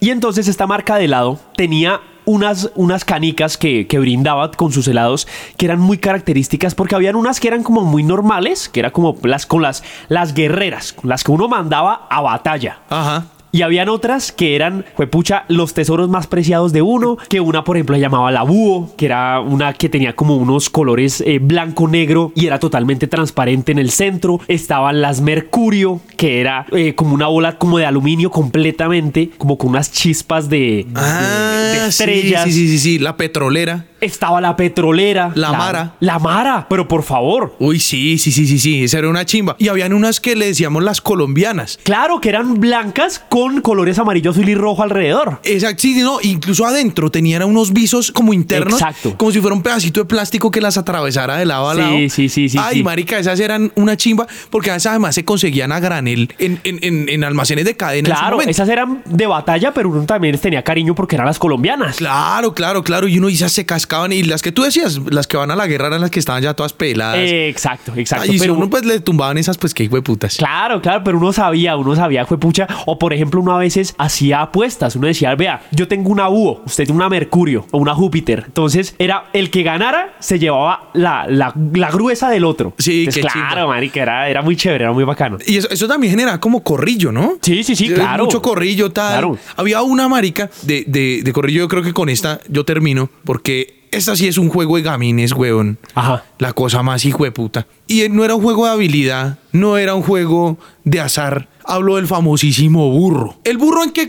Speaker 1: Y entonces esta marca de helado tenía unas, unas canicas que, que brindaba con sus helados que eran muy características porque habían unas que eran como muy normales, que era como las con las, las guerreras, con las que uno mandaba a batalla.
Speaker 2: Ajá.
Speaker 1: Y habían otras que eran, juepucha, los tesoros más preciados de uno, que una, por ejemplo, se llamaba la búho, que era una que tenía como unos colores eh, blanco-negro y era totalmente transparente en el centro. Estaban las mercurio, que era eh, como una bola como de aluminio completamente, como con unas chispas de, de- de
Speaker 2: Ah, sí,
Speaker 1: estrellas.
Speaker 2: Sí, sí, sí, sí, la petrolera.
Speaker 1: Estaba la petrolera.
Speaker 2: La mara.
Speaker 1: La mara, pero por favor.
Speaker 2: Uy, sí, sí, sí, sí, sí, esa era una chimba. Y habían unas que le decíamos las colombianas.
Speaker 1: Claro que eran blancas con colores amarillo, azul y rojo alrededor.
Speaker 2: Exacto, sí, no, incluso adentro tenían unos visos como internos.
Speaker 1: Exacto.
Speaker 2: Como si fuera un pedacito de plástico que las atravesara de lado a
Speaker 1: Sí,
Speaker 2: lado.
Speaker 1: sí, sí, sí,
Speaker 2: Ay,
Speaker 1: sí.
Speaker 2: marica, esas eran una chimba, porque esas además se conseguían a granel en, en- en- en almacenes de cadena. en su
Speaker 1: Claro,
Speaker 2: momento.
Speaker 1: esas eran de batalla, pero uno también les tenía cariño porque eran las colombianas.
Speaker 2: Claro, claro, claro. Y uno y esas se cascaban. Y las que tú decías, las que van a la guerra eran las que estaban ya todas peladas.
Speaker 1: Eh, exacto, exacto.
Speaker 2: Ay, y si
Speaker 1: pero
Speaker 2: uno pues le tumbaban esas, pues qué hijo de putas.
Speaker 1: Claro, claro, pero uno sabía, uno sabía, juepucha. O por ejemplo, uno a veces hacía apuestas. Uno decía, vea, yo tengo una búho, usted tiene una Mercurio o una Júpiter. Entonces, era el que ganara se llevaba la, la, la gruesa del otro.
Speaker 2: Sí,
Speaker 1: Entonces,
Speaker 2: qué
Speaker 1: Claro,
Speaker 2: chimba.
Speaker 1: marica, era, era muy chévere, era muy bacano.
Speaker 2: Y eso, eso también genera como corrillo, ¿no?
Speaker 1: Sí, sí, sí,
Speaker 2: Eh,
Speaker 1: claro.
Speaker 2: Mucho corrillo, tal.
Speaker 1: Claro.
Speaker 2: Había una marica de, de, de corrillo, yo creo que con esta yo termino, porque esta sí es un juego de gamines, huevón.
Speaker 1: Ajá.
Speaker 2: La cosa más hijo de puta. Y eh, no era un juego de habilidad, no era un juego de azar. Hablo del famosísimo burro. ¿El burro en qué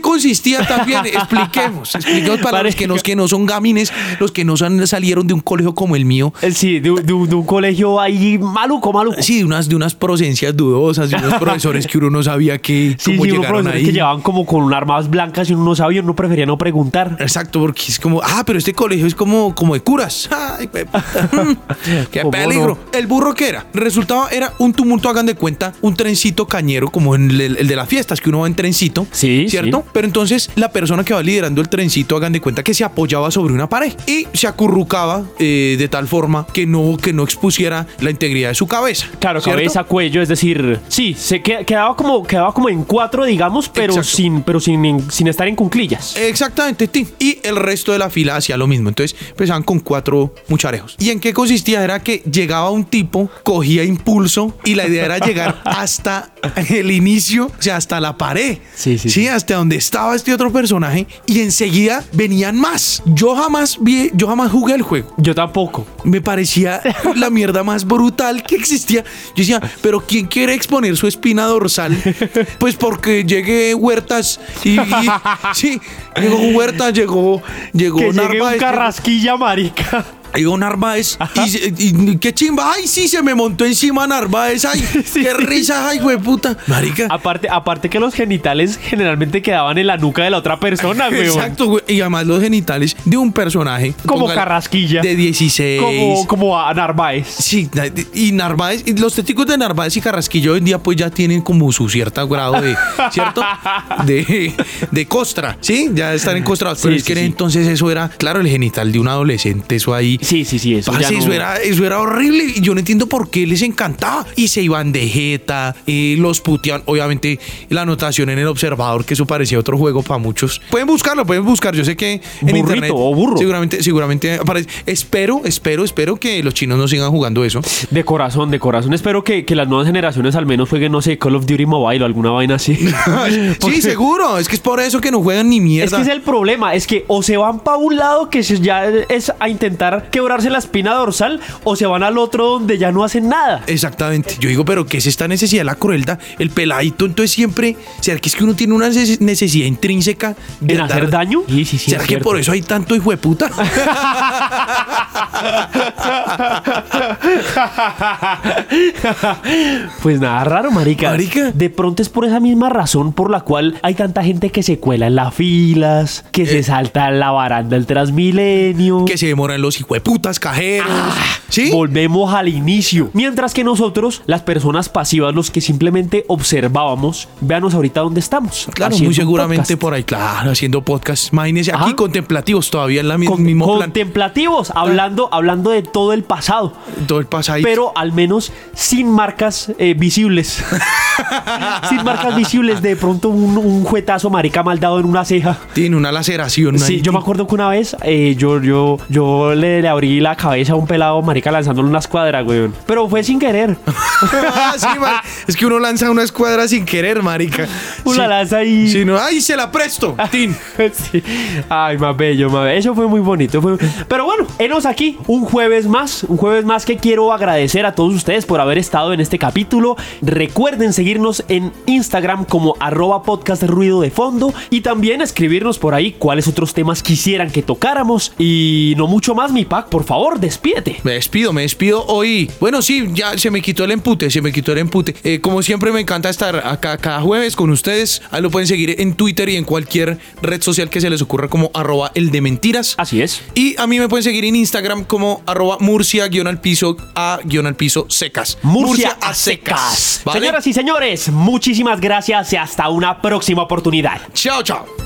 Speaker 1: [LAUGHS]
Speaker 2: consistía también? expliquemos. Expliquemos para los que, no, que no son gamines, los que no son- salieron de un colegio como el mío.
Speaker 1: Eh, Sí, de, un- de un- de un colegio ahí maluco, maluco.
Speaker 2: Sí, de unas, de unas procedencias dudosas,
Speaker 1: [LAUGHS]
Speaker 2: de unos profesores que uno no sabía que,
Speaker 1: Sí,
Speaker 2: cómo
Speaker 1: sí, unos
Speaker 2: llegaron
Speaker 1: profesores
Speaker 2: ahí.
Speaker 1: que llevaban como con armas blancas y uno no sabía, uno prefería no preguntar.
Speaker 2: Exacto, porque es como, ah, pero este colegio es como, como de curas. [LAUGHS] Ay, pe-
Speaker 1: [LAUGHS]
Speaker 2: qué
Speaker 1: ¿Cómo
Speaker 2: peligro. El burro que era, resultaba, era un tumulto, hagan de cuenta, un trencito cañero, como en el, el de las fiestas, que uno va en trencito.
Speaker 1: Sí,
Speaker 2: ¿Cierto?
Speaker 1: sí.
Speaker 2: Pero entonces la persona que va liderando el trencito, hagan de cuenta que se apoyaba sobre una pared y se acurrucaba eh, de tal forma que no, que no expusiera la integridad de su cabeza.
Speaker 1: Claro,
Speaker 2: ¿cierto?
Speaker 1: cabeza, cuello, es decir, sí, se que- quedaba como quedaba como en cuatro, digamos, pero
Speaker 2: Exacto. Eh,
Speaker 1: sin pero sin, en- sin estar en cuclillas.
Speaker 2: Exactamente, Tim. Y el resto de la fila hacía lo mismo. Entonces empezaban con cuatro mucharejos. ¿Y en qué consistía? Era que llegaba un tipo, cogía impulso y la idea
Speaker 1: [LAUGHS]
Speaker 2: era llegar hasta el inicio, o sea, hasta la pared.
Speaker 1: Sí, sí, sí.
Speaker 2: hasta donde estaba este otro personaje. Y enseguida venían más. Yo jamás vi, yo jamás jugué el juego.
Speaker 1: Yo tampoco.
Speaker 2: Me parecía la mierda más brutal que existía. Yo decía, pero ¿quién quiere exponer su espina dorsal? Pues porque llegué Huertas y, y- sí, llegó Huertas, llegó, llegó
Speaker 1: Que llegue un
Speaker 2: Narváez,
Speaker 1: carrasquilla, marica.
Speaker 2: Llegó Narváez y, se- y- y qué chimba. Ay, sí, se me montó encima
Speaker 1: [LAUGHS]
Speaker 2: Narváez. Ay, qué risa, ay, güey, puta. Marica.
Speaker 1: [LAUGHS] Aparte, aparte que los genitales generalmente quedaban en la nuca de la otra
Speaker 2: [LAUGHS]
Speaker 1: persona, weón.
Speaker 2: Exacto, güey. Y además los genitales de un personaje.
Speaker 1: Como
Speaker 2: póngale,
Speaker 1: carrasquilla.
Speaker 2: De 16.
Speaker 1: Como, como a Narváez.
Speaker 2: Sí, na- y Narváez, y los testigos de Narváez y Carrasquillo hoy en día pues ya tienen como su cierto grado de, ¿cierto? De, de costra, ¿sí? Ya están encostrados. Pero
Speaker 1: Sí,
Speaker 2: es que
Speaker 1: sí, sí.
Speaker 2: entonces eso era, claro, el genital de un adolescente, eso ahí.
Speaker 1: Sí, sí, sí, eso. Pues ya
Speaker 2: Parce,
Speaker 1: no-
Speaker 2: eso, era, eso era horrible y yo no entiendo por qué les encantaba. Y se iban de jeta, eh, los puteaban. Obviamente, la anotación en el observador, que eso parecía otro juego para muchos. Pueden buscarlo, pueden buscar. Yo sé que en
Speaker 1: Burrito
Speaker 2: internet.
Speaker 1: o burro.
Speaker 2: Seguramente, seguramente aparece. Espero, espero, espero que los chinos no sigan
Speaker 1: [LAUGHS]
Speaker 2: jugando eso.
Speaker 1: De corazón, de corazón. Espero que, que las nuevas generaciones al menos jueguen, no sé, Call of Duty Mobile o alguna vaina así.
Speaker 2: [LAUGHS]
Speaker 1: [LAUGHS]
Speaker 2: sí, seguro. Es que es por eso que no juegan ni
Speaker 1: Es
Speaker 2: mierda.
Speaker 1: que es el problema, es que o se van para un lado que se- ya es a intentar quebrarse la espina dorsal o se van al otro donde ya no hacen nada. [LAUGHS]
Speaker 2: Exactamente. Yo digo, pero ¿qué es esta necesidad de la crueldad? El peladito, entonces siempre. ¿Será que es que uno tiene una neces- necesidad intrínseca de
Speaker 1: ¿En hacer daño? Sí, sí, sí,
Speaker 2: ¿Será
Speaker 1: es
Speaker 2: que
Speaker 1: cierto.
Speaker 2: por eso hay tanto hijo
Speaker 1: [LAUGHS]
Speaker 2: de puta?
Speaker 1: pues nada raro, marica.
Speaker 2: Marica.
Speaker 1: De pronto es por esa misma razón por la cual hay tanta gente que se cuela en las filas, que se salta a la baranda del Transmilenio.
Speaker 2: Eh. que se demoran los hijo de putas cajeros.
Speaker 1: Ah,
Speaker 2: ¿Sí?
Speaker 1: Volvemos al inicio. Mientras que nosotros, las personas pasivas, los que simplemente observábamos, véanos ahorita dónde estamos.
Speaker 2: Claro,
Speaker 1: haciendo un
Speaker 2: muy seguramente
Speaker 1: podcast.
Speaker 2: por ahí, claro, haciendo podcast. Imagínense, aquí
Speaker 1: Ajá.
Speaker 2: contemplativos todavía en la mi-
Speaker 1: Con-
Speaker 2: mismo plan.
Speaker 1: contemplativos, hablando, hablando de todo el pasado.
Speaker 2: Todo el pasadito.
Speaker 1: pero al menos sin marcas eh, visibles. [LAUGHS] sin marcas visibles, de pronto un, un juetazo marica mal dado en una ceja.
Speaker 2: Tiene una laceración.
Speaker 1: Sí,
Speaker 2: ahí.
Speaker 1: yo me acuerdo que una vez eh, yo, yo, yo le, le abrí la cabeza a un pelado marica lanzándole una escuadra, weón. Pero fue sin
Speaker 2: [LAUGHS]
Speaker 1: querer.
Speaker 2: Ah, [LAUGHS] sí, mar- es que uno lanza una escuadra sin querer, marica.
Speaker 1: Una
Speaker 2: Sí.
Speaker 1: lanza y...
Speaker 2: Sí, no, ¡Ay, se la
Speaker 1: [LAUGHS]
Speaker 2: presto! Tin.
Speaker 1: Sí. Ay, más bello, más bello. Eso fue muy bonito. fue- Pero bueno, enos aquí. Un jueves más. Un jueves más que quiero agradecer a todos ustedes por haber estado en este capítulo. Recuerden seguirnos en Instagram como arroba podcast ruido de fondo. Y también escribirnos por ahí cuáles otros temas quisieran que tocáramos. Y no mucho más, mi pack. Por favor, despídete.
Speaker 2: Me despido, me despido hoy. Bueno, sí, ya se me quitó el empute, se me quitó el empute. Eh, como siempre, me encanta estar acá cada jueves con ustedes. Ahí lo pueden seguir en Twitter y en cualquier red social que se les ocurra como arroba el de mentiras.
Speaker 1: Así es.
Speaker 2: Y a mí me pueden seguir en Instagram como arroba murcia guión al piso a guión al piso secas.
Speaker 1: Murcia a secas.
Speaker 2: ¿Vale?
Speaker 1: Señoras y señores, muchísimas gracias y hasta una próxima oportunidad.
Speaker 2: Chao, chao.